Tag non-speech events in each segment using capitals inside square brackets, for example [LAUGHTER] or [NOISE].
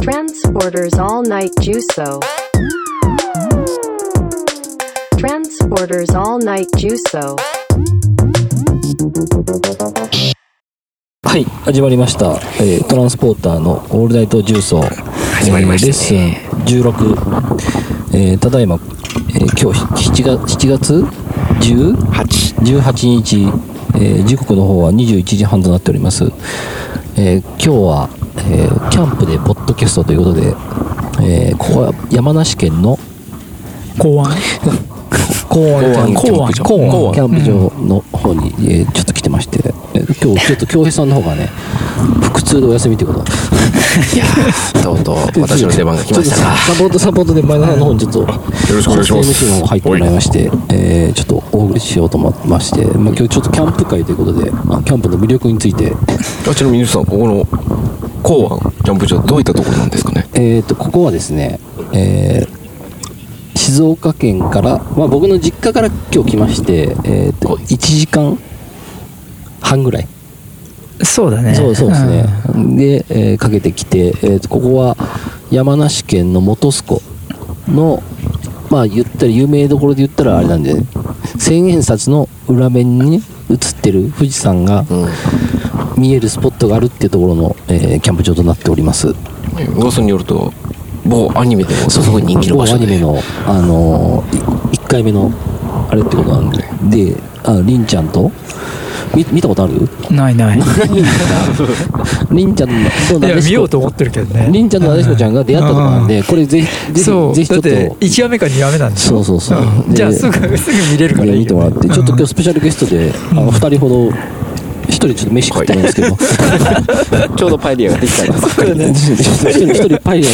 Transporters All Night Juso. Transporters All Night Juso. はい始まりました、えートランスポーターの「オールナイト重曹」始まりましたすねレッスン16、えーただいま、えー今日7月7月 10? 8 18日、えー時刻の方は21時半となっております、えー今日は、えーキャンプでポッドキャストということで、えーここは山梨県の公安公安キ公ャン安プ場公安キャンプ場の方に、えーちょっと来てまして、えー今日ちょっと京平さんの方がね腹痛でお休みということいやーとうとう私の出番が来ましたかちょっとサポートサポートで前田さんの方にちょっとよろしくお願いします MC の方入ってもらいまして、えーちょっとお送りしようと思いまして、まあ、今日ちょっとキャンプ会ということで、まあ、キャンプの魅力についてあちなみに皆さんここの港湾キャンプ場どういったところなんですかねえー、とここはですね、えー静岡県から、まあ、僕の実家から今日来まして、えー、と1時間半ぐらいそうだねそうそうですね、で、えーかけてきて、えーとここは山梨県の本栖湖のまあ言ったら有名どころで言ったらあれなんで千円札の裏面にね映ってる富士山が見えるスポットがあるっていうところの、えーキャンプ場となっております噂によると某アニメでもすごい人気の場所某アニメでの、あのー、1回目のあれってことなんででありんちゃんとみ見たことあるうんないないいりんちゃんのそうなやでしこ見ようと思ってるけどねりんちゃんとなでしこちゃんが出会ったとこなんで、これぜひ、ぜそひ、ぜうひちょっと、だって1話目か2話目なんでしそょうそうそう。んでじゃあすぐすぐ見れるからいいよね見てもらって、ちょっと今日スペシャルゲストで、あの、二人ほど、一人ちょっと飯食ってるんですけど、 [LAUGHS] ちょうどパエリアができたんです一人一人パエリ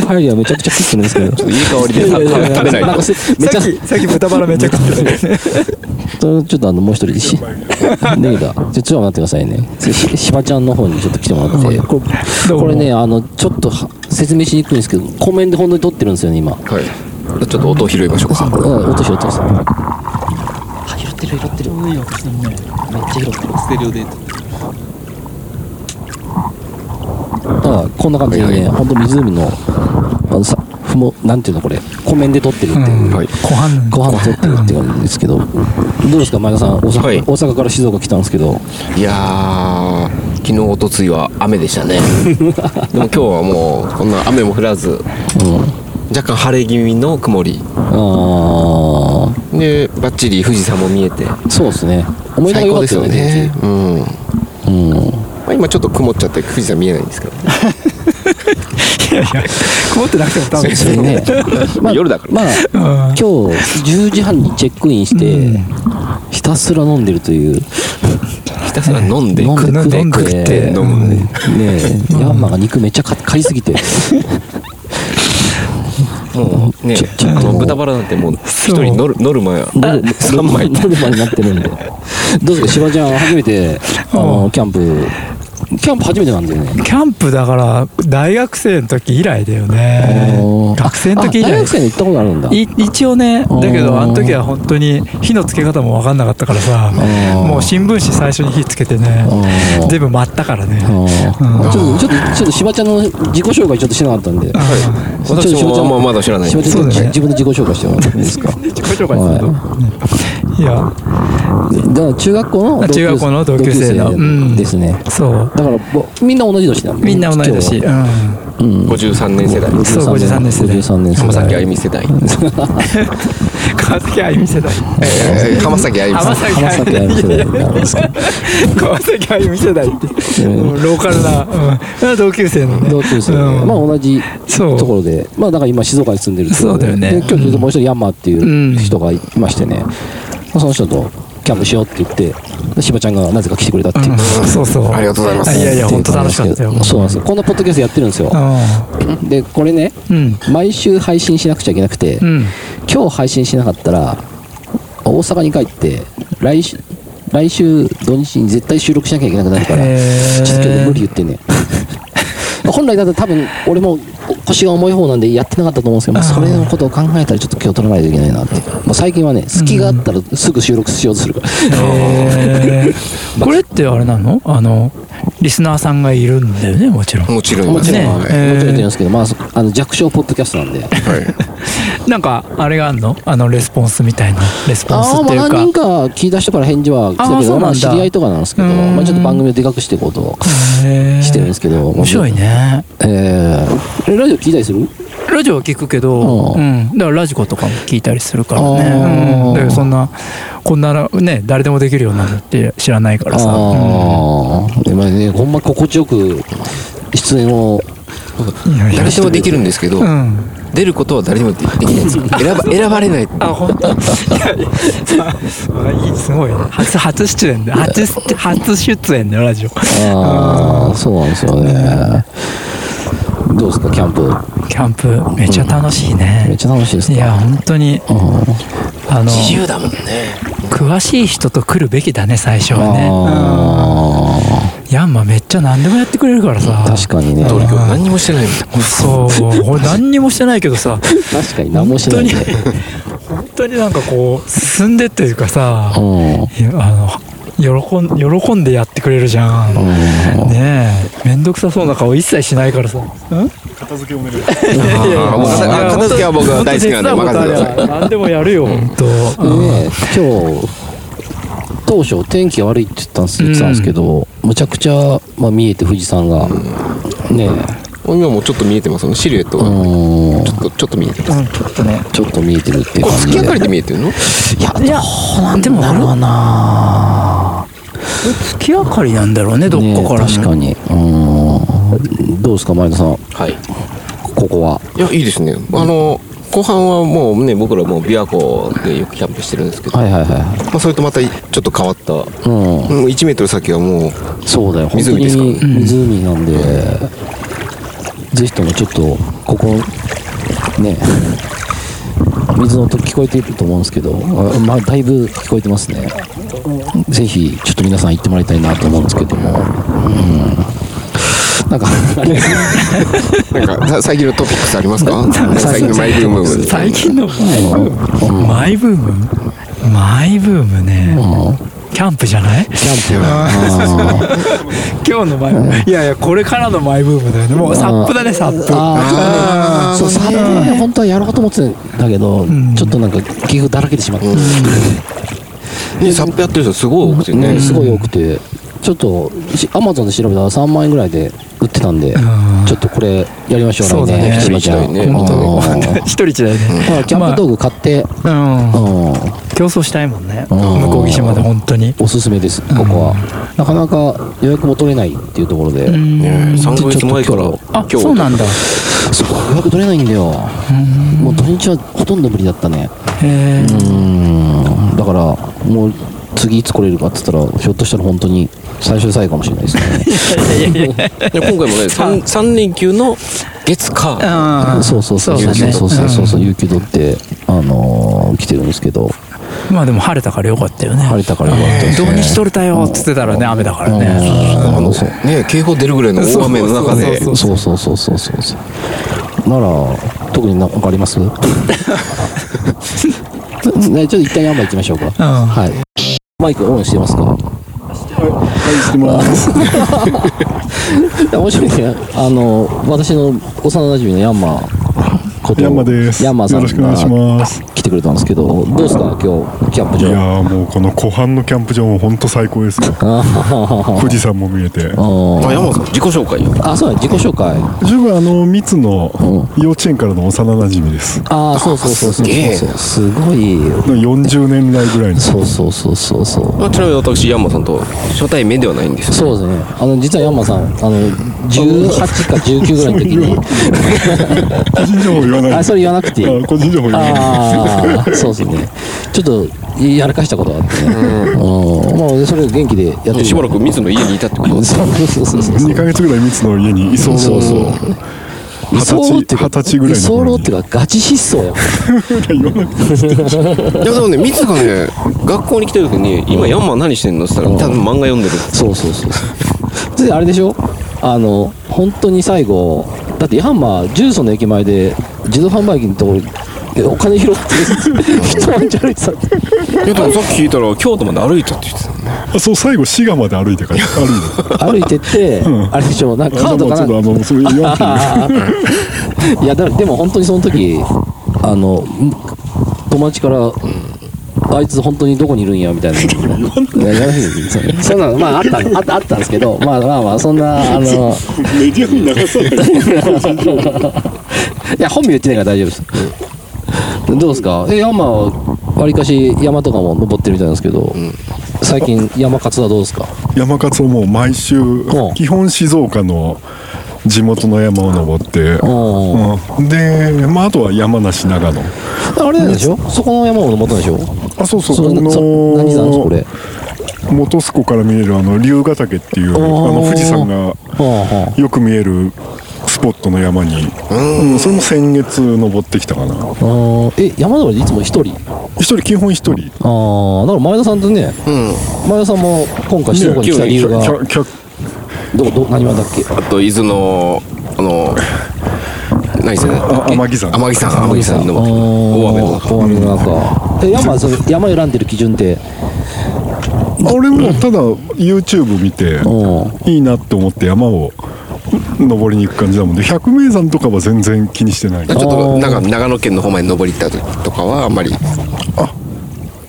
ア、パエリアめちゃくちゃ食ってるんですけど、いい香りでいやいやいや食べないんとかせめちさゃっきさっき豚バラめちゃくちゃちょっとあの、もう一人、し、ネギだ。ちょ、ちょっと待ってください [LAUGHS] ね。し、しばちゃんの方にちょっと来てもらって、これ、どう [LAUGHS] もこれね、あの、ちょっとは説明しにくいんですけど、公面で本当に撮ってるんですよね、今。はいちょっと音を拾いましょうかうん、落とし落とし。あこんな感じではいね、はほんと湖の、あのさ、ふも、なんていうのこれ、湖面で撮ってるっていう、はいご飯ご飯で撮ってるって感じですけど、どうですか、前田さん、大阪,、はい大阪から静岡来たんですけど、いやー昨日おとついは雨で [LAUGHS] したねでも今日はもうこんな雨も降らず若干晴れ気味の曇りあでバッチリ富士山も見えてー、そうですね、思い出が最良か高っでたすよよねね、うん、まあ、今ちょっと曇っちゃって富士山見えないんですけどいやいや曇ってなくても多分それね [LAUGHS] 夜だかまらあ、 [LAUGHS] う今ん日10時半にチェックインして、ひたすら飲んでるという、ひたすら飲んで飲食んっでて飲んで食って飲むねねえ、ヤンマが肉めっちゃ買買いすぎ [LAUGHS] て、もうねちょちょっとあの豚バラなんてもう一人乗る乗る前ノル3枚ノルマになってるんで。どうですか、しばちゃん、初めて、あの、キャンプ、キャンプ初めてなんだよね。キャンプだから大学生の時以来だよねおー学生の時以あ大来学生に行ったことあるんだ。い一応ねだけおどーあの時は本当に火のつけ方も分かんなかったからさーもう新聞紙最初に火つけてねおー全部舞ったからねあーちょっと、ちょっと、ちょっと、しばちゃんの自己紹介ちょっとしなかったんで。ちょっと私しばちゃんもまあまだ知らないしばちゃん、そうだね自分の自己紹介してもらっていいですか。自己紹介するのいやだから中学校の同級生。中学校の同級生の同級うんですね。そうだから、ぼみんな同じ年なのみんな同い年今日うん53年世代そう53年世代53年世浜崎あ代。ゆみ世代川崎あゆみ世代えー浜崎あゆみ世浜代崎浜あゆみ崎あゆみ世代なんですけど。川崎あゆみ世代ってもうローカルなうん同級生のね同級生で、うんまあ同じそうところでまあだから今静岡に住んでるってことでそうだよねで今日ちょっともう一人ヤンマーっていううん人がいましてね、まあその人とキャンプしようって言ってでしばちゃんがなぜか来てくれたっていう、うんそうそうありがとうございますやいや本当楽しかったよそうなんですよこんなポッドキャストやってるんですよでこれねうん毎週配信しなくちゃいけなくて、 [LAUGHS] うん今日配信しなかったら大阪に帰って来週来週土日に絶対収録しなきゃいけなくなるからへー [LAUGHS] ちょっと今日ね無理言ってねあ本来だと多分俺も腰が重い方なんでやってなかったと思うんですけど、まあそれのことを考えたらちょっと気を取らないといけないなっていうもう最近はね隙があったらすぐ収録しようとするから、へーこれってあれなのあのリスナーさんがいるんだよねもちろんもちろんい [LAUGHS] もまちすろん、ねもちろんえー言ってますけど、まあそ、あの弱小ポッドキャストなんで、なんかあれがあんのあのレスポンスみたいなレスポンスああっていまあうか何人か聞いた人から返事は来たあーけそど、うなんだまあ、知り合いとかなんですけど、うんまあ、ちょっと番組をでかくしていこうとへーしてるんですけど、面白いねえー、えラジオ聞いたりするラジオは聞くけど、ううん、だからラジコとかも聞いたりするからあね、ーうん、だけどそんなこんなね誰でもできるようになるって知らないからさ、うんああ、でもね、ほんま心地よく出演を、誰でもできるんですけど、うん、出ることは誰でもできないんですよ選ば選ばれないあ本 [LAUGHS] 当。いやいやまあいいすごいね初初出演だよ初出初出演だよラジオキ [LAUGHS] ああ、そうなんですよね。どうですか、キャンプ。ャンプめっちゃ楽しいね、めっちゃ楽しいですかいや本当にあの自由だもんね詳しい人と来るべきだね最初はねあうんヤンマめっちゃ何でもやってくれるからさあ、確かにね。俺今日何にもしてないもんそう俺何にもしてないけどさ確かに何もしないね。本当になんかこう進んでっていうかさ、うん。いやあの喜ん喜んでやってくれるじゃん、ねえ面倒くさそうな顔一切しないからさ、うんあもう片あ片付けは僕は大好きなんで本当手伝任せてくださいうことありゃ何でもやるよ本当ね、今日当初天気が悪いって言ったんです言ってたんですけど、むちゃくちゃ、まあ、見えて富士山が、ね今もうちょっと見えてますもんシルエットうがーんちょっとちょっと見えてますうんちょっとねちょっと見えてるっていうこう感月じ明でかりで見えてるのいやいやでもだろうな月明かりなんだろうねどっかからね確かにうーんどうですか前田さんはいここはいやいいですねあの後半はもうね僕らもう琵琶湖でよくキャンプしてるんですけど、はいはいはいはまあ、それとまたちょっと変わった、いうんもう1メートル先はもうそうだよ本当湖ですからに湖なんで、ぜひともちょっとここね水の音聞こえていると思うんですけど、あまあ、だいぶ聞こえてますねぜひちょっと皆さん行ってもらいたいなと思うんですけども、うん、なん [LAUGHS] かあれなん [LAUGHS] かさ最近のトピックスあります [LAUGHS] か最近のマイブームムー最近のマイブームマイブームね、キャンプじゃないキャンプあー [LAUGHS] 今日のマイブームいやいやこれからのマイブームだよねもうサップだねサップあーそうサーブね本当はやろうかと思ってたんだけど、ちょっとなんか結局だらけてしまって、ねサップやってる人すごい多くてね、ね、すごい多くて、ちょっと、アマゾンで調べたら3万円ぐらいで売ってたんで、んちょっとこれやりましょう、そうだね来年、ちゃん。一人一台ねうん本当だか一人一台ね、らキャンプ道具買って、うんうん競争したいもんねうん向こう岸まで本当におすすめです、ここは。なかなか予約も取れないっていうところで、ね3ヶ月前ちからょっとあ今日そうなんだそう予約取れないんだよ。もう土日はほとんど無理だったね。へえうん、だから、もう次いつ来れるかって言ったら、ひょっとしたら本当に最終最後かもしれないですね。で今回もね 3, 3連休の月火うんそうそうそうそうそうだねそうそうそうそうう、有給取って、あのー来てるんですけど、まあでも晴れたからよかったよね晴れたからよかったです土ね日取れたよっつってたらね雨だからねあのね警報出るぐらいの大雨の中でそうそうそうそうそうそうそう。なら、特になんかあります [LAUGHS] ね、ちょっと一旦ヤンバ行きましょうか。んはい。マイクオンしてますかはい、してます。面白いね。あの、私の幼馴染のヤンマこと、ヤンマです。ヤンマさんがよろしくお願いします。来てくれたんですけど、どうですか今日、キャンプいや場。ーもうこの湖畔のキャンプ場も本当最高ですよ。富士山も見えて。うんあ山本さん自己紹介よあ、そうだ、自己紹介。自分あの三つの幼稚園からの幼馴染です。ああ、そうそうそうそうすげえそうそう。すごい。の40年来ぐらいの。そうそうそうそうそう。まあちなみに私山本さんと初対面ではないんですよそうですね。あの、実はヤンマさん、あの、18か19ぐらいの時 [LAUGHS] に、個人情報言わない。あ、それ言わなくていいあ。個人情報言わない。ああ、そうですね。ちょっと、やらかしたことがあってね。うん。まあ、でそれを元気でやってるしばらく水野の家にいたってことそうそうそうそう。二ヶ月ぐらい三つの家に居候。そうそう二居十候っ歳ていう二か、十歳ぐらいの居頃候っにて。いうか、ガチ失踪やん。いやでもね水野がね学校に来てる時に「今ヤンマ何してんの?」って言ったら「多分漫画読んでる」そうそうそうそう。で、あれでしょあの、本当に最後、だってヤンマー、重曹の駅前で自動販売機のところでお金拾って、 [LAUGHS] 一晩じゃ歩いてたって。いやでもさっき聞いたら京都まで歩いたって言ってたもんねあそう最後滋賀まで歩いてから歩歩いていてって、あれでしょ、なんか [LAUGHS] カードかあなのもうちょっとあのそれ言わんといやでもでも本当にその時あのん友達から、あいつ本当にどこにいるんやみた [LAUGHS] いな。いややらへんそうそんなの、まああったのあったあったんですけど、まあまあまあ、そんな、あの、 [LAUGHS] メディアに流さな [LAUGHS] いいや、本名言ってないから大丈夫です。どうですかえ、山は、わりかし山とかも登ってるみたいなんですけど、最近山勝はどうですか山勝をもう毎週ん基本静岡の地元の山を登って、んうんで、まあ、あとは山梨長野あれなんでしょそこの山を登ったんでしょあそうそうそこれそ何山ですこれの。本栖湖から見えるあの龍ヶ岳っていうあの富士山がはあはあよく見えるスポットの山に、うん、それも先月登ってきたかあなーえ山登りでいつも一人一人基本一人ああだから前田さんとね、前田さんも今回静岡に来た理由がキャキャどど何話だっけあと伊豆のあの何してんあ天城山天城山天城山に登ってきた大雨の中大雨の中え山その山選んでる基準って俺もただ YouTube 見てういいなって思って山を登りに行く感じだもんで百名山とかは全然気にしてないちょっとなんか長野県の方まで登り行った時とかはあんまり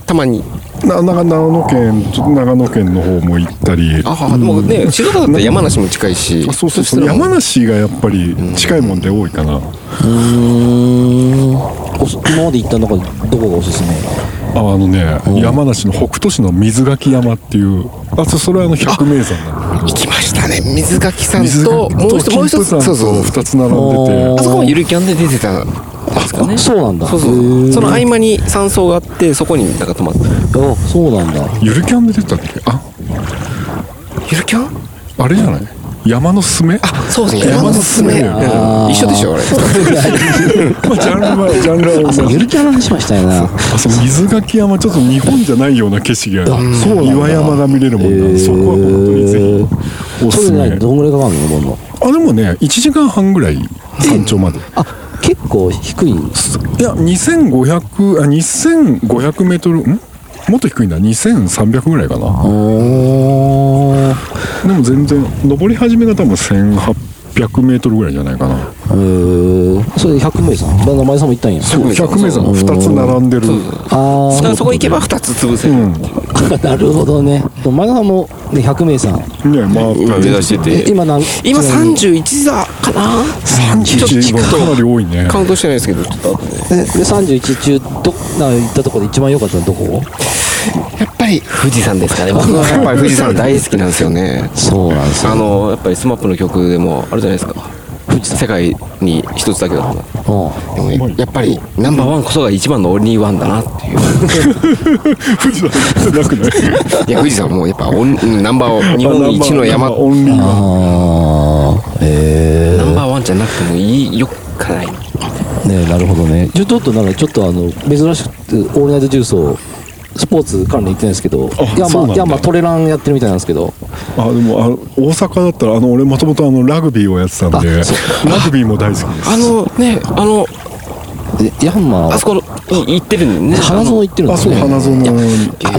たまにな長長野県ちょっと長野県の方も行ったりああでもね静岡だったら山梨も近いしあそうそうそうしたら山梨がやっぱり近いもんで多いかなうんおす今まで行った中でどこがおすすめああのね山梨の北杜市の水垣山っていうあそそれはあの百名山なんだけど行きましたね水垣さん水と垣もう一つともう金一峰つそうそう山とそう2つ並んでおてあそこもゆるキャンで出てたんですかねあそうなんだそうそへーうその合間に山荘があってそこになんか泊まってあそうなんだゆるキャンで出てたっけあゆるキャンあれじゃない山のすめそうですね山山ののすすすすめめうん一緒でしょあれまあ [LAUGHS] ジャンルはジャンルは同じゆるキャラの話しましたよなあその水垣山ちょっと日本じゃないような景色がそうなんだ岩山が見れるもんな、そこは本当にぜひおすそすれめ何どんぐらいかかるの登るのあでもね1時間半ぐらい山頂まであ結構低いんですいや2500あ2500メートルんもっと低いんだ2300ぐらいかなおーでも全然登り始めが多分1800メートルぐらいじゃないかなえーそれで百名山だから前田さんも行ったんやそう100名山が2つ並んでるああだからそこ行けば2つ潰せる、うんなるほどね。でも前田さんも、ね、100名さん。ねまあ目指してえて今なん今ちなみに31だかな31ちょっとかなり多いねカウントしてないですけどちょっと後でえで31中どなんか行ったところで一番良かったのはどこやっぱり富士山ですかね僕はや [LAUGHS] っぱり富士山大好きなんですよねそうなんですあのやっぱり SMAP の曲でもあるじゃないですか富士山世界に一つだけだもよ、んでもやっぱりナンバーワンこそが一番のオンリーワンだなっていう富士山 [LAUGHS] じゃなくないいや富士山もやっぱオンナンバー日本一の山あナンバーオンリうん、ーワンああえナンバーワンじゃなくてもいいよくないー、ねなるほどねちょちょっとなんかちょっとあの珍しくてオールナイト重曹スポーツ関連行ってないんですけどそうなん山だ山トレランやってるみたいなんですけどあでもあの大阪だったらあの俺もともとあのラグビーをやってたんでラグビーも大好きですあのねあのえヤンマあそーこのい行ってるんでね花園行ってるんあですそうね花園のあの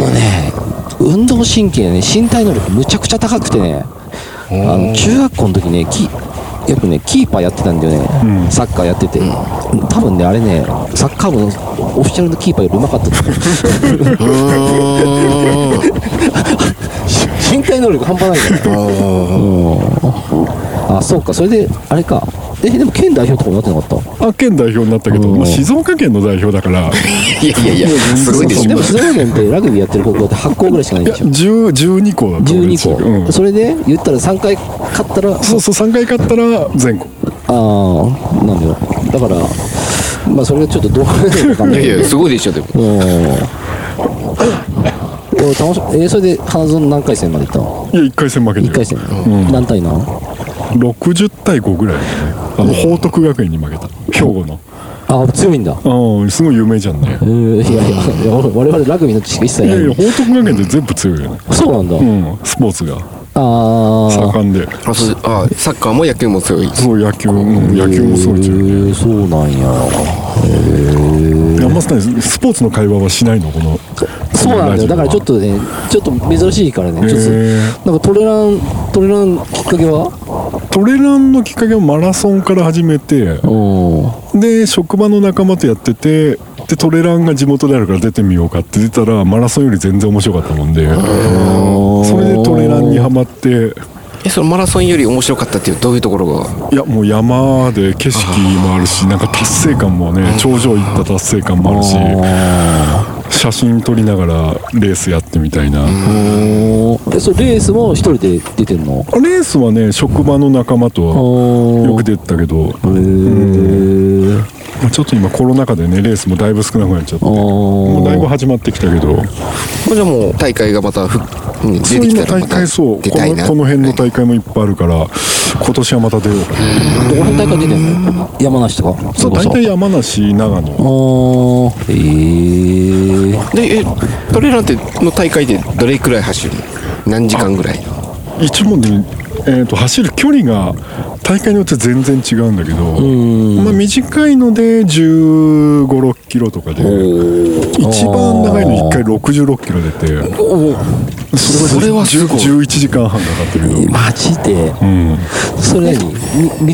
ね、運動神経ね、身体能力むちゃくちゃ高くてね、あの中学校の時ね、キよくね、キーパーやってたんだよね、うんサッカーやってて、多分ね、あれね、サッカー部のオフィシャルのキーパーよりうまかったと思う身体能力半端ないから、うんあ、そうか、それで、あれか、え、でも県代表とかもなってなかったあ県代表になったけど、うんまあ、静岡県の代表だからいやいやいやすごいでしょでも、静岡県ってラグビーやってる高校って8校ぐらいしかないいんやでしょ。 10 12校だった俺んち12う個、ん、そそれで言ったら3回勝ったらうそう3回勝ったら全国ああなんだよだからまあそれがちょっとどうなるのかいなやいやすごいでしょでもうんでも楽しえーそれで花園何回戦まで行ったのいや1回戦負けて1る回戦、何対何60対5ぐらいだねあの報徳学園に負けた兵庫のあ強いんだうんすごい有名じゃんねえー、いやいやいや俺我々ラグビーの知識一切いなやいいや報徳学園って全部強いよねそうなんだ、うんスポーツがああ。盛んであそうあサッカーも野球も強いそう野球うん野球もそうじゃんへえそうなんや。あんまさないスポーツの会話はしないのこのそうなんだよ。だからちょっとね、ちょっと珍しいからね。ちょっとへなんかトレラン、トレランきっかけはトレランのきっかけはマラソンから始めてうん。で職場の仲間とやっててでトレランが地元であるから出てみようかって出たらマラソンより全然面白かったもんでそれでトレランにはまってえそのマラソンより面白かったっていうどういうところがいやもう山で景色もあるしなんか達成感もね頂上行った達成感もあるし写真撮りながらレースやってみたいなおーえ、それレースも一人で出てんのレースはね職場の仲間とおよく出てたけど、へーまあちょっと今コロナ禍でねレースもだいぶ少なくなっちゃってもうだいぶおー始まってきたけどこれじゃあもう大会がまた復うんそ出うていきたうら大また会そう出こたいのなこの辺の大会もいっぱいあるから今年はまた出ようかなどこの大会出てんの山梨とかそう大体山梨長野おーえーでえトレランっての大会でどれくらい走るの何時間ぐらい一問で、えー、と走る距離が大会によって全然違うんだけど、まあ、短いので1 5 6キロとかで一番長いの1回6 6キロ出てそそれはすごい11時間半かかってるけど。マジでうんそれ何み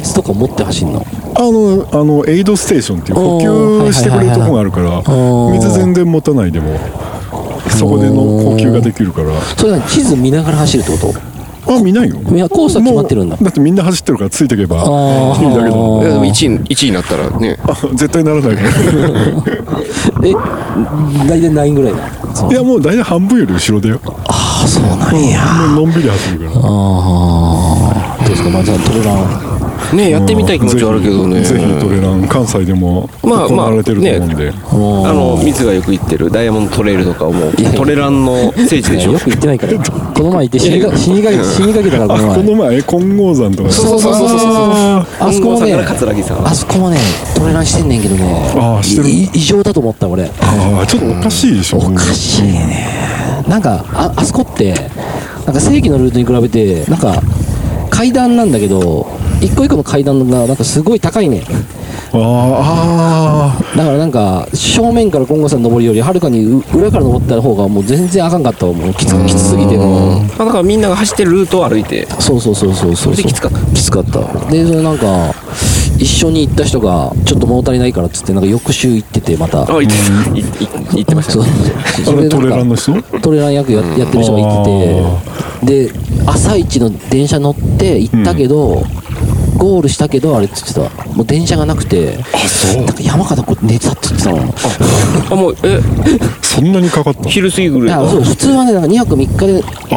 水とか持って走んのあのあのエイドステーションっていう補給してくれるとこがあるからおー水全然持たないでもそこでの補給ができるからそれ何地図見ながら走るってこあ見ないよといやコースは決まってるんだもうだってみんな走ってるからついていけばいいあーだけどいやでも1位一位になったらねあ絶対ならない [LAUGHS] ねえ大体何位ぐらいだいやもう大体半分より後ろだよあそうなんやもうのんびり走るからああどうですかまあじゃあトレランねやってみたい気持ちはあるけどねぜひぜひトレラン関西でもまあ行われてると思うんで、あの水がよく行ってるダイヤモンドトレイルとかはもうトレランの聖地でしょよく行ってないからこの前行って死にか死にかけ死にかけたからこあのこ前の前金剛山とかそうそうそうそうそうああそこもね金剛さんから桂木さんあそこもねトレランしてんねんけどねあーしてるいい異常だと思った俺ーあーちょっとおかしいでしょおかしいねなんかああそこってなんか正規のルートに比べてなんか階段なんだけど一個一個の階段がなんかすごい高いねあーあーだからなんか正面から金剛山登るよりはるかにう裏から登った方がもう全然あかんかったわもうきつきつすぎてもうまあだからみんなが走ってるルートを歩いてそうそうそうそうそうそれできつかったきつかったでそれなんか一緒に行った人がちょっと物足りないからっつってなんか翌週行っててまたあ行っていい行ってましたそうねあそれれでなんかトレランの人トレラン役や,、やってる人がいててで朝一の電車乗って行ったけど、ゴールしたけどあれっつってたもう電車がなくてなんか山形こう寝たって言ってたのあもうえそんなにかかったの昼過ぎぐだらいからそう普通はねなんか2泊3日で移動で行くんだけどそれ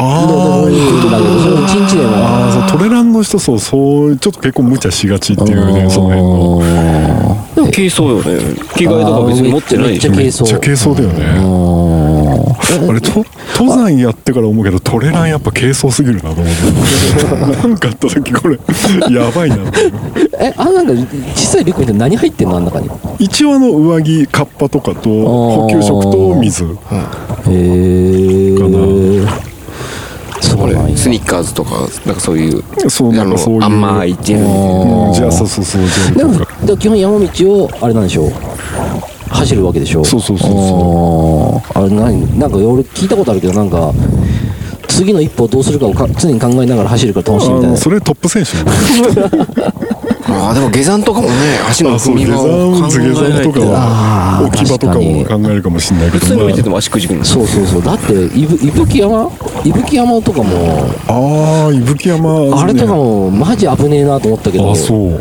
も1日でもああそうトレランの人そうそうちょっと結構無茶しがちっていうねその辺のでも軽装よね着替えとか別に持ってないめっでちしゃょ軽めっ装ちゃ軽装だよねあれと登山やってから思うけどトレランやっぱ軽装すぎるなと思ってなんかあった時これやばいなってえあなんか小さいリュックみたいなの何入ってんのあん中にへ一応あの上着カッパとかと補給食と水えそうなんやスニッカーズとかなんかそういうそうなんかそういうあの甘いジェルみたいなうんじゃあそうそうそうジでェもルだとかから基本山道をあれなんでしょう走るわけでしょそうそうそうそうあれ何なんか俺聞いたことあるけどなんか次の一歩をどうするかをか常に考えながら走るから楽しいみたいあなのそれトップ選手ああでも下山とかもね足のあそう踏み下場を山考下えな山いとかとあはー置き場とかも確か考えるかもしれないけ普ど通に置いててまも足くじくんですそうそうそうだっていぶ伊吹山伊吹山とかもああー伊吹山あれとかねもマジ危ねえなと思ったけどあそうだ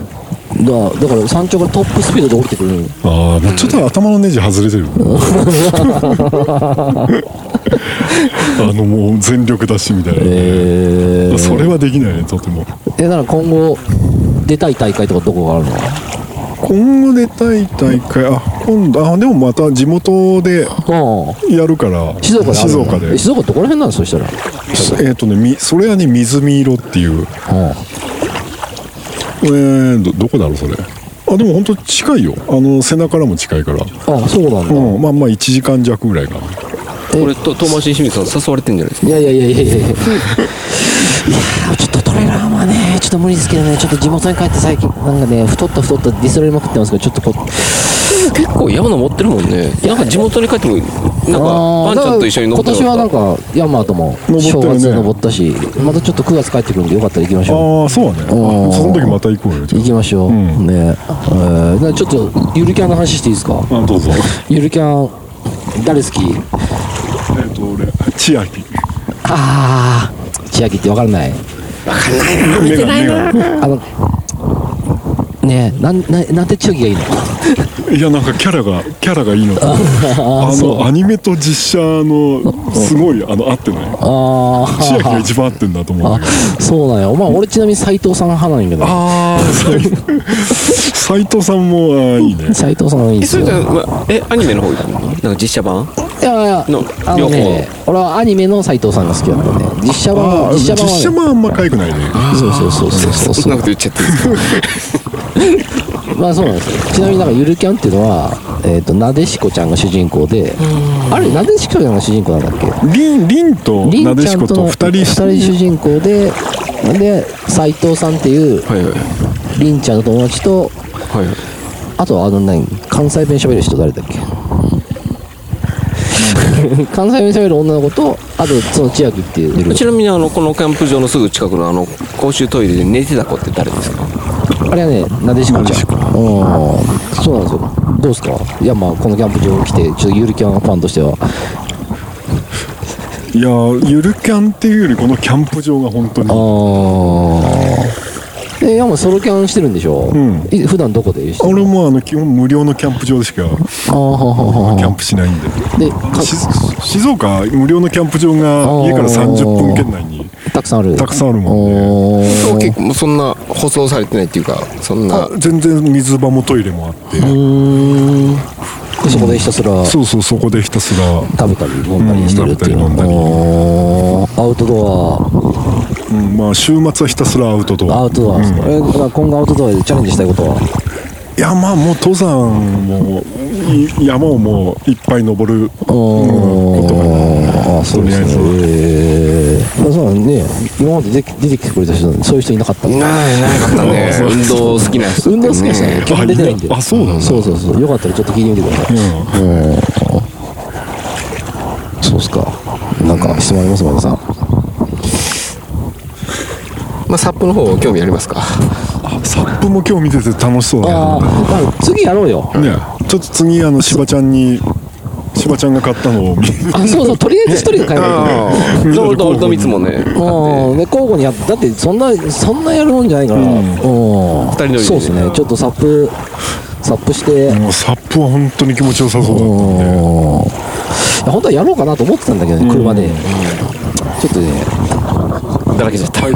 だから山頂からトップスピードで降りてくるのああ、まあちょっと頭のネジ外れてる。 [LAUGHS] あのもう全力出しみたいな。えー、それはできないね、とても。えだから今後出たい大会とかどこがあるの今後出たい大会、あ、今度、あ、でもまた地元でうんやるから、静岡であるの静岡でえ。静岡どこら辺なのそしたらえっ、とね、み、それはね、湖色っていう。えー、ど、どこだろう、それ。あ、でも本当近いよ。あの、背中からも近いから。あそうなんだ、うん、まあまあ1時間弱ぐらいかな。これと遠回しに清水さん誘われてんじゃないですかいやいやいやいやいやいやいやーちょっとトレラーはねちょっと無理ですけどねちょっと地元に帰って最近なんかね太った太ったディスられまくってますけどちょっとこ結構山登ってるもんねなんか地元に帰ってもなんかあワーンちゃんと一緒に登って今年はななかんっかヤマトも登って正るね月登ったしまたちょっと9月帰ってくるんでよかったら行きましょうああそうだねうんその時また行こうよじゃ行きましょう、うんねえーなちょっとゆるキャンの話していいですかああどうぞゆるキャン誰好きえっと俺千秋ああ千秋って分からないメガネメガネあのねえなんななんて千秋がいいのいやなんかキャラがキャラがいいのとあのアニメと実写のすごいあの合ってないああ千秋が一番合ってんだと思うんだけどそうなんやお前俺ちなみに斎藤さん派なんやけどああ斎藤さんもあーいいね斎藤さんがいいんでたえそすれよじゃあえアニメの方行くのなんか実写版いやいやのあのね俺はアニメの斎藤さんが好きだったね実写版あはー実写実版は写ね版あんま可愛くないねそうそうそうそうそう [LAUGHS] そんなこと言っちゃっていいですかまあそうなんですよちなみになんかゆるキャンっていうのは、えー、となでしこちゃんが主人公であれなでしこちゃんが主人公なんだっけりんりんとりなんでちゃしんこととの二人二人主人公でで斎藤さんっていうはいはいりんちゃんの友達とはいはいあとあの何関西弁喋る人誰だっけ関西弁喋る女の子とあとその千秋っていうちなみにあのこのキャンプ場のすぐ近くのあの公衆トイレで寝てた子って誰ですかあれはねなでしこちゃんうんそうなんですよどうですかいやまあこのキャンプ場来てちょっとゆるキャンファンとしてはいやーゆるキャンっていうよりこのキャンプ場が本当にああえやまソロキャンしてるんでしょ、うんい普段どこでしてる俺もあの基本無料のキャンプ場でしかあーはははキャンプしないんででかし静岡無料のキャンプ場が家から30分圏内にたくさんあるたくさんあるもおんねーそう結構そんな舗装されてないっていうかそんなあ全然水場もトイレもあってうーんでそこでひたすらそうそうそこでひたすら食べたり飲んだりしてるっていうの、うん食べたり飲んだりおーアウトドうんまあ週末はひたすらアウトドアアアウトドアですか、えだから今後アウトドアでチャレンジしたいことはいやまあもう登山もい山をもういっぱい登るうんことかなああそうですとりねえー、そうなんね今まで出て出てきてくれた人そういう人いなかったないなかったね運動好きな人運動好きな人はね基本出てないんであそうなんだそうそうそうよかったらちょっと聞いてみてくださいうんうんそうっすかなんか質問あります前田さんまあサップの方興味ありますかサップも今日見てて楽しそうあだあまあ次やろうよねねちょっと次あのしばちゃんにしばちゃんが買ったのを見 [LAUGHS] あそうそうとりあえず一人で帰るああみんなで俺と俺と三つもねうん、で交互にやってだってそんなそんなやるもんじゃないから、うん人乗りでねそうですねちょっとサップサップして、うん、いもうサップは本当に気持ちよさそうだったんでや本当はやろうかなと思ってたんだけどね車で、ちょっとねだらけちゃった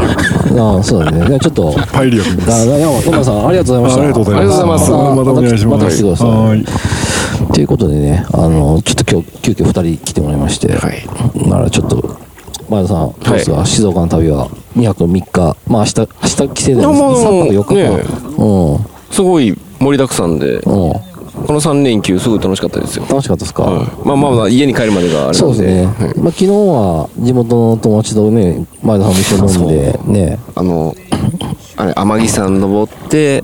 ああそうだね [LAUGHS] いやちょっとパエリア君ですあいや小村さんありがとうございましたありがとうございますあまたお願いしますまた来てくださいはーいということでね、あの、ちょっと今日、急遽二人来てもらいまして、はいだからちょっと、前田さん、どうですか、静岡の旅は2泊3日、まあ明日、明日帰省でいやもう3泊4ね日か。すごい盛りだくさんでうん、こうん、の3連休すごい楽しかったですよ楽しかったですか、はいまあまあまあ家に帰るまでがあれそなうんですでね、はいまあ、昨日は地元の友達とね、前田さんも一緒に飲んで、ね、あの、あれ、天城山登って、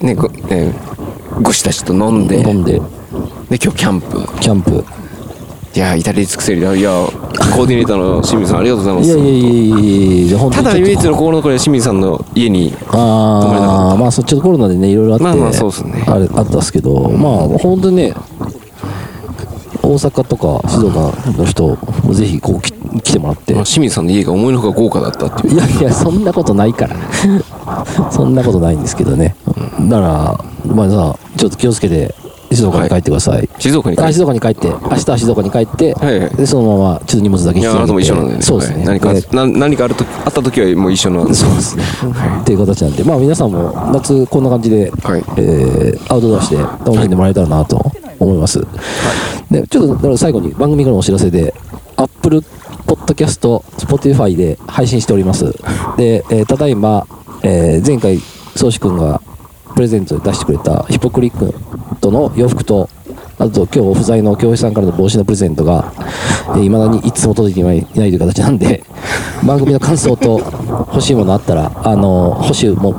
ね、ご、ね、ごしたちと飲んで、飲んで、で、今日キャンプ。キャンプ。いや、至れり尽くせりだ。いや、コーディネーターの清水さん、ありがとうございまいやいやいす。やいやいやいや、本当たにちょっと。だ唯一の心残りは清水さんの家に、泊まれなかっああ、たまあ、そっちのコロナでね、いろいろあって、まあまあそうっすねあれ、あったんですけど、まあ、本当にね、大阪とか静岡の人、ぜひこうき来てもらって。いまあ清水さんの家が思いのほか豪華だったっていう。やいや、そんなことないから。 [LAUGHS] そんなことないんですけどね。だから、まあさ、ちょっと気をつけて、静岡に帰ってください。静岡に帰あって静岡に帰って、明日は静岡に帰って、はいはいでそのままちょっと荷物だけい引きや、あなたも一緒なんでね。そうですね。はい何かで、な何かあると、あった時はもう一緒なんで。そうですね。っていう形なんで、まあ皆さんも夏こんな感じで、はいえーアウトドアして楽しんでもらえたらなと思います。で、ちょっとだから最後に番組からのお知らせで、Apple Podcast、Spotify で配信しております。で、えーただいま、えー前回、宗志くんがプレゼントで出してくれたヒポクリックとの洋服と、あと今日不在の教師さんからの帽子のプレゼントが、いまだにいつも届いていないいないという形なんで、番組の感想と欲しいものあったら、あの、欲しいもう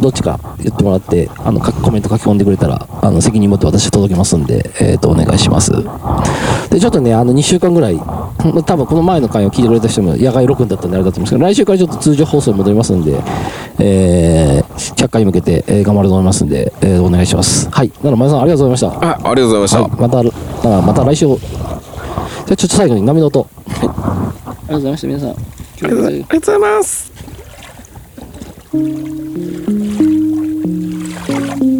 どっちか言ってもらって、あの、書きコメント書き込んでくれたら、あの、責任持って私届けますんで、えっ、と、お願いします。で、ちょっとね、あの、2週間ぐらい、ま多分この前の回を聞いてくれた人も野外録音だったんであれだと思うんですけど、来週からちょっと通常放送に戻りますんで、えー、100回に向けて、えー頑張ると思いますんで、えーお願いします。はい。なら、前田さんありがとうございました。あありがとうございまはしい、また、だからまた来週。じゃあちょっと最後に波の音。はい。ありがとうございました、皆さん。た。ありがとうございます。 「